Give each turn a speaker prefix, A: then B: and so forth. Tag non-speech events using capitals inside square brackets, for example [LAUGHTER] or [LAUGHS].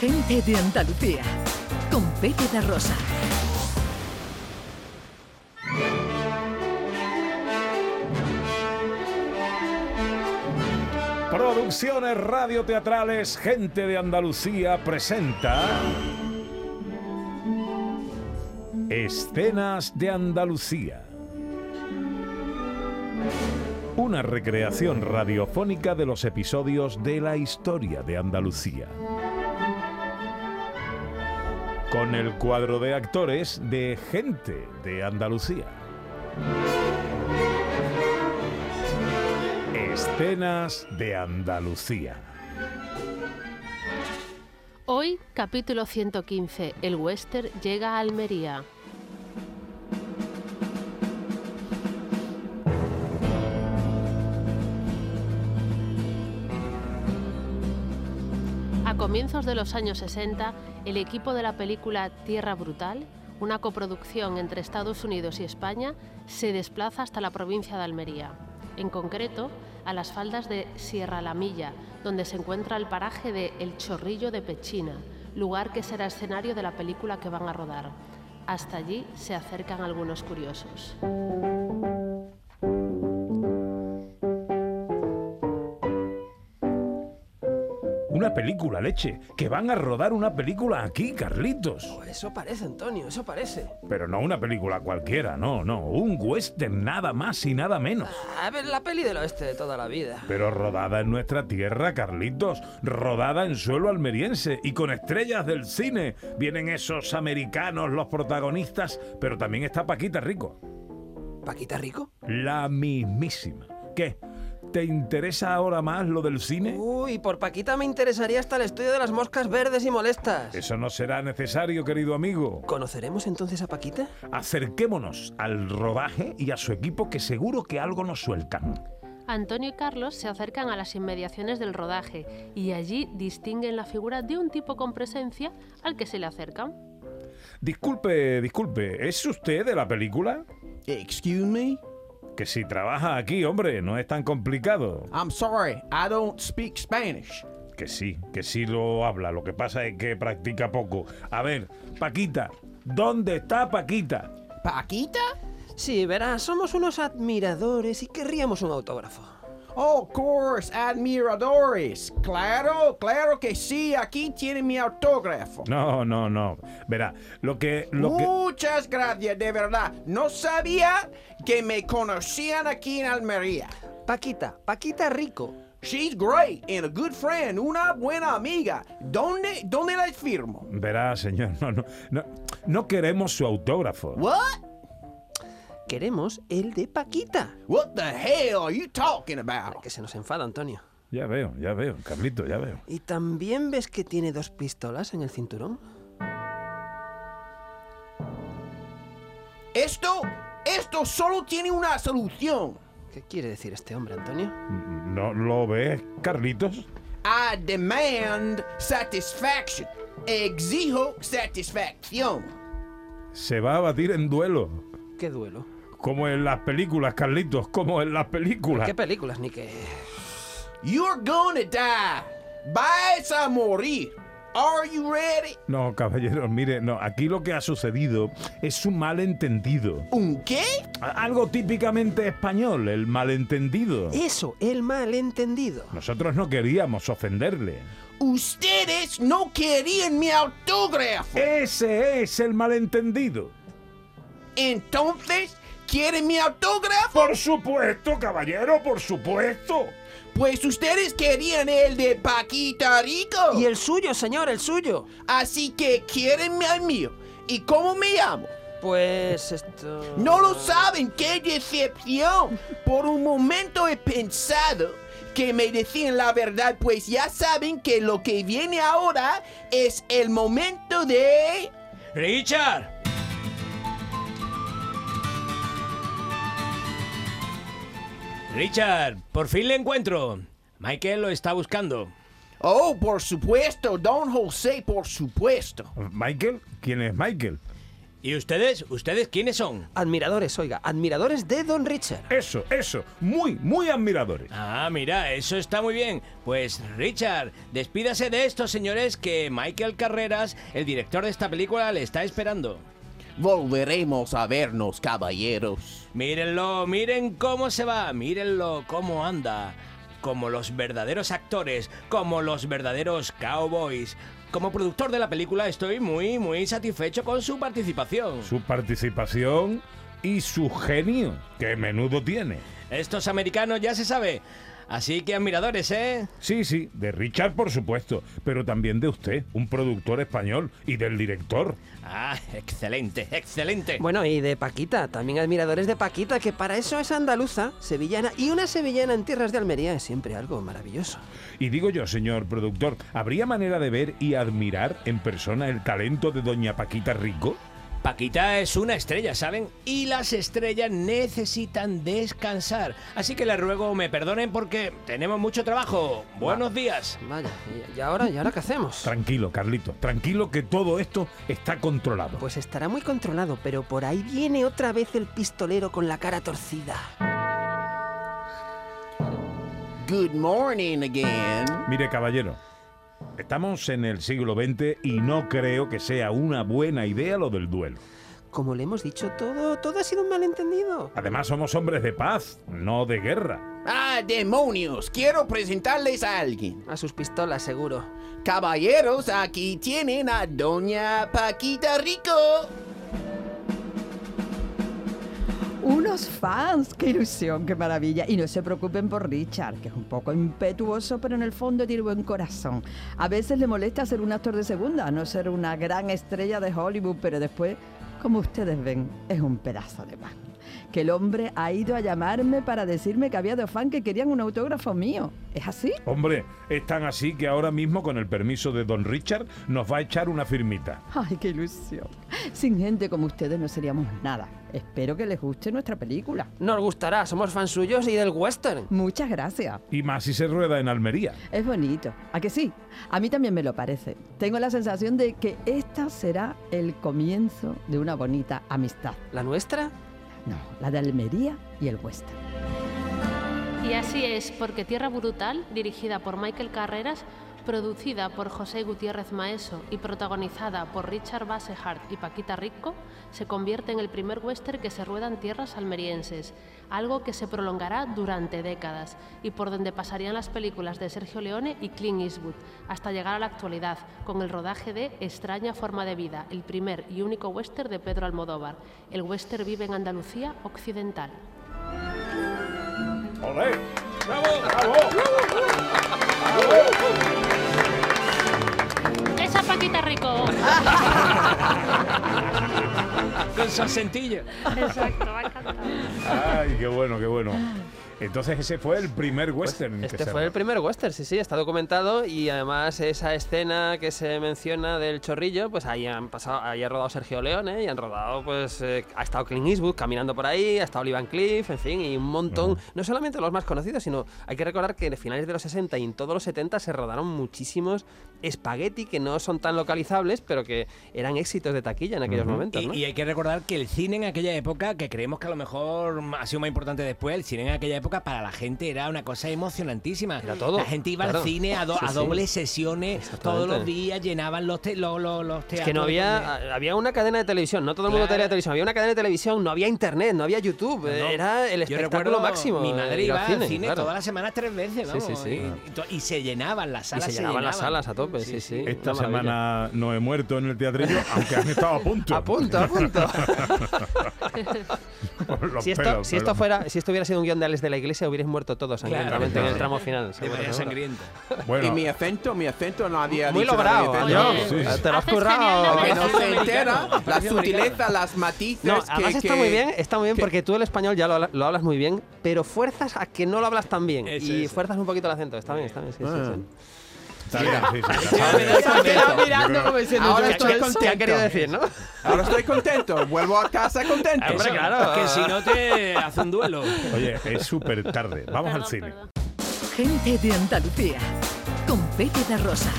A: gente de Andalucía, con Pepe de Rosa.
B: Producciones Radio Teatrales Gente de Andalucía presenta Escenas de Andalucía. Una recreación radiofónica de los episodios de la historia de Andalucía. Con el cuadro de actores de Gente de Andalucía. Escenas de Andalucía.
C: Hoy, capítulo 115, el western llega a Almería. A comienzos de los años 60, el equipo de la película Tierra Brutal, una coproducción entre Estados Unidos y España, se desplaza hasta la provincia de Almería, en concreto a las faldas de Sierra La Milla, donde se encuentra el paraje de El Chorrillo de Pechina, lugar que será escenario de la película que van a rodar. Hasta allí se acercan algunos curiosos.
B: Una película, leche. Que van a rodar una película aquí, Carlitos.
D: Eso parece, Antonio, eso parece.
B: Pero no una película cualquiera, no, no. Un western nada más y nada menos.
D: A ver, la peli del oeste de toda la vida.
B: Pero rodada en nuestra tierra, Carlitos. Rodada en suelo almeriense y con estrellas del cine. Vienen esos americanos, los protagonistas, pero también está Paquita Rico.
D: ¿Paquita Rico?
B: La mismísima. ¿Qué? ¿Te interesa ahora más lo del cine?
D: Uy, por Paquita me interesaría hasta el estudio de las moscas verdes y molestas.
B: Eso no será necesario, querido amigo.
D: ¿Conoceremos entonces a Paquita?
B: Acerquémonos al rodaje y a su equipo que seguro que algo nos sueltan.
C: Antonio y Carlos se acercan a las inmediaciones del rodaje y allí distinguen la figura de un tipo con presencia al que se le acercan.
B: Disculpe, disculpe, ¿es usted de la película?
E: Excuse me?
B: Que si trabaja aquí, hombre, no es tan complicado.
E: I'm sorry, I don't speak Spanish.
B: Que sí, que sí lo habla, lo que pasa es que practica poco. A ver, Paquita, ¿dónde está Paquita?
E: ¿Paquita?
D: Sí, verás, somos unos admiradores y querríamos un autógrafo.
E: Oh, of course, admiradores. Claro, claro que sí, aquí tiene mi autógrafo.
B: No, no, no. Verá, lo que... Lo que...
E: Muchas gracias, de verdad. No sabía que me conocían aquí en Almería.
D: Paquita, Paquita Rico.
E: She's great and a good friend, una buena amiga. ¿Dónde, dónde la firmo?
B: Verá, señor, no, no, no, no queremos su autógrafo.
E: What?
D: Queremos el de Paquita.
E: What the hell are you talking about?
D: Que se nos enfada, Antonio.
B: Ya veo, ya veo, Carlito, ya veo.
D: ¿Y también ves que tiene dos pistolas en el cinturón?
E: Esto, esto solo tiene una solución.
D: ¿Qué quiere decir este hombre, Antonio?
B: ¿No lo ves, Carlitos?
E: I demand satisfaction. Exijo satisfacción.
B: Se va a batir en duelo.
D: ¿Qué duelo?
B: Como en las películas, Carlitos, como en las películas.
D: ¿Qué películas, ni qué?
E: You're gonna die. Vais a morir. Are you ready?
B: No, caballeros, mire, no, aquí lo que ha sucedido es un malentendido.
E: ¿Un qué?
B: A- Algo típicamente español, el malentendido.
D: Eso, el malentendido.
B: Nosotros no queríamos ofenderle.
E: Ustedes no querían mi autógrafo.
B: Ese es el malentendido.
E: Entonces, ¿quieren mi autógrafo?
B: Por supuesto, caballero, por supuesto.
E: Pues ustedes querían el de Paquita Rico.
D: Y el suyo, señor, el suyo.
E: Así que quieren el mío. ¿Y cómo me llamo?
D: Pues esto...
E: No lo saben, qué decepción. Por un momento he pensado que me decían la verdad, pues ya saben que lo que viene ahora es el momento de...
F: Richard, Richard, por fin le encuentro. Michael lo está buscando.
E: Oh, por supuesto, don José, por supuesto.
B: ¿Michael? ¿Quién es Michael?
F: ¿Y ustedes? ¿Ustedes quiénes son?
D: Admiradores, oiga, admiradores de Don Richard.
B: Eso, eso. Muy, muy admiradores.
F: Ah, mira, eso está muy bien. Pues Richard, despídase de estos señores que Michael Carreras, el director de esta película, le está esperando.
E: Volveremos a vernos, caballeros.
F: Mírenlo, miren cómo se va, mírenlo cómo anda. Como los verdaderos actores, como los verdaderos cowboys. Como productor de la película estoy muy, muy satisfecho con su participación.
B: Su participación y su genio. Que menudo tiene.
F: Estos americanos ya se sabe. Así que admiradores, ¿eh?
B: Sí, sí, de Richard por supuesto, pero también de usted, un productor español y del director.
F: Ah, excelente, excelente.
D: Bueno, y de Paquita, también admiradores de Paquita, que para eso es andaluza, sevillana, y una sevillana en tierras de Almería es siempre algo maravilloso.
B: Y digo yo, señor productor, ¿habría manera de ver y admirar en persona el talento de doña Paquita Rico?
F: Paquita es una estrella, ¿saben? Y las estrellas necesitan descansar. Así que les ruego me perdonen porque tenemos mucho trabajo. Buenos días.
D: Vaya, y- ¿y ahora, y ahora qué hacemos?
B: Tranquilo, Carlito, tranquilo que todo esto está controlado.
D: Pues estará muy controlado, pero por ahí viene otra vez el pistolero con la cara torcida.
E: Good morning again.
B: Mire, caballero, estamos en el siglo XX y no creo que sea una buena idea lo del duelo.
D: Como le hemos dicho, todo, todo ha sido un malentendido.
B: Además, somos hombres de paz, no de guerra.
E: Ah, demonios, quiero presentarles a alguien.
D: A sus pistolas, seguro.
E: Caballeros, aquí tienen a Doña Paquita Rico.
G: Unos fans, qué ilusión, qué maravilla. Y no se preocupen por Richard, que es un poco impetuoso, pero en el fondo tiene buen corazón. A veces le molesta ser un actor de segunda, no ser una gran estrella de Hollywood, pero después, como ustedes ven, es un pedazo de pan. Que el hombre ha ido a llamarme para decirme que había dos fans que querían un autógrafo mío. ¿Es así?
B: Hombre, es tan así que ahora mismo, con el permiso de don Richard, nos va a echar una firmita.
G: Ay, qué ilusión. Sin gente como ustedes no seríamos nada. Espero que les guste nuestra película.
D: Nos gustará, somos fans suyos y del western.
G: Muchas gracias.
B: Y más si se rueda en Almería.
G: Es bonito, ¿a que sí? A mí también me lo parece. Tengo la sensación de que esta será el comienzo de una bonita amistad.
D: ¿La nuestra?
G: No, la de Almería y el Western.
C: Y así es, porque Tierra Brutal, dirigida por Michael Carreras, producida por José Gutiérrez Maeso y protagonizada por Richard Basehart y Paquita Rico, se convierte en el primer western que se rueda en tierras almerienses, algo que se prolongará durante décadas y por donde pasarían las películas de Sergio Leone y Clint Eastwood, hasta llegar a la actualidad, con el rodaje de Extraña Forma de Vida, el primer y único western de Pedro Almodóvar. El western vive en Andalucía Occidental.
B: ¡Olé!
C: ¡Esa Paquita Rico!
F: Con su acentillo.
C: Exacto, va a encantar.
B: ¡Ay, qué bueno, qué bueno! Entonces ese fue el primer western. que
D: Este
B: se
D: fue el
B: rodó.
D: primer western, sí, sí, está documentado y además esa escena que se menciona del chorrillo, pues ahí han pasado, ahí ha rodado Sergio Leone y han rodado, pues eh, ha estado Clint Eastwood caminando por ahí, ha estado Van Cliff, en fin, y un montón, no solamente los más conocidos, sino hay que recordar que en finales de los 60 y en todos los 70 se rodaron muchísimos espagueti que no son tan localizables, pero que eran éxitos de taquilla en aquellos momentos,
F: Y,
D: ¿no?
F: y hay que recordar que el cine en aquella época, que creemos que a lo mejor ha sido más importante después, el cine en aquella época para la gente era una cosa emocionantísima.
D: Era todo,
F: La gente iba
D: claro.
F: al cine a, do-
D: Sí,
F: a
D: sí.
F: dobles sesiones, todos los
D: Exactamente.
F: días llenaban los, te- lo- lo- los
D: Es
F: teatros.
D: que no
F: donde-
D: había, ah, había una cadena de televisión, no todo el mundo
F: Claro.
D: tenía televisión, había una cadena de televisión, no había internet, no había YouTube,
F: No, no.
D: era el
F: Yo
D: espectáculo
F: recuerdo
D: máximo.
F: Mi
D: eh,
F: madre
D: ir
F: iba al cine,
D: claro.
F: todas las semanas tres veces,
D: Sí,
F: vamos.
D: sí, sí.
F: y- Y, to- y se llenaban las
D: Y
F: salas.
D: se llenaban las salas a tope, sí, sí.
B: Esta
D: una maravilla.
B: semana no he muerto en el teatrillo, aunque han estado a punto.
D: [LAUGHS] A
F: [LAUGHS]
D: punto,
B: [LAUGHS]
D: a punto.
B: Por los
D: si, esto,
B: pelos,
D: si,
B: pero-
D: esto fuera, si esto hubiera sido un guión de Ales de la Iglesia, hubierais muerto todos sangrientamente en el tramo final.
F: De
D: seguro,
F: manera
D: seguro.
F: sangrienta.
B: Bueno,
E: Y mi acento, mi acento no había
D: Muy
E: dicho
D: logrado,
E: nada de
D: John.
E: acento.
B: Sí, sí.
D: Te lo has
C: Haces genial,
D: currado.
C: ¿no?
E: Que
D: Oye,
E: no
D: [LAUGHS]
E: se entera,
F: Americano,
E: la
F: americano.
E: sutileza, las matices.
D: No,
E: que-
D: además está
E: que-
D: muy
E: [LAUGHS]
D: bien, está muy bien porque tú el español ya lo, habla- lo hablas muy bien, pero fuerzas a que no lo hablas tan bien
F: Eso, Ah.
D: y
F: eso.
D: fuerzas un poquito el acento. Está bien, está bien. Sí, sí, sí.
B: está bien, sí,
D: [LAUGHS]
B: sí, está
E: Ya me
B: bien.
E: das contento.
D: mirando como diciendo,
E: Ahora
D: ¿qué-
E: estoy
D: qué- ¿Qué ha
E: contento.
D: querido decir, no?
E: Ahora estoy contento, vuelvo a casa contento.
D: Hombre,
F: Eso,
D: claro.
F: Que si no te hace un duelo.
D: [LAUGHS]
B: Oye, es súper tarde. Vamos al
C: Perdón,
B: cine.
C: perdón.
A: Gente de Andalucía. Con Pepe de Rosa.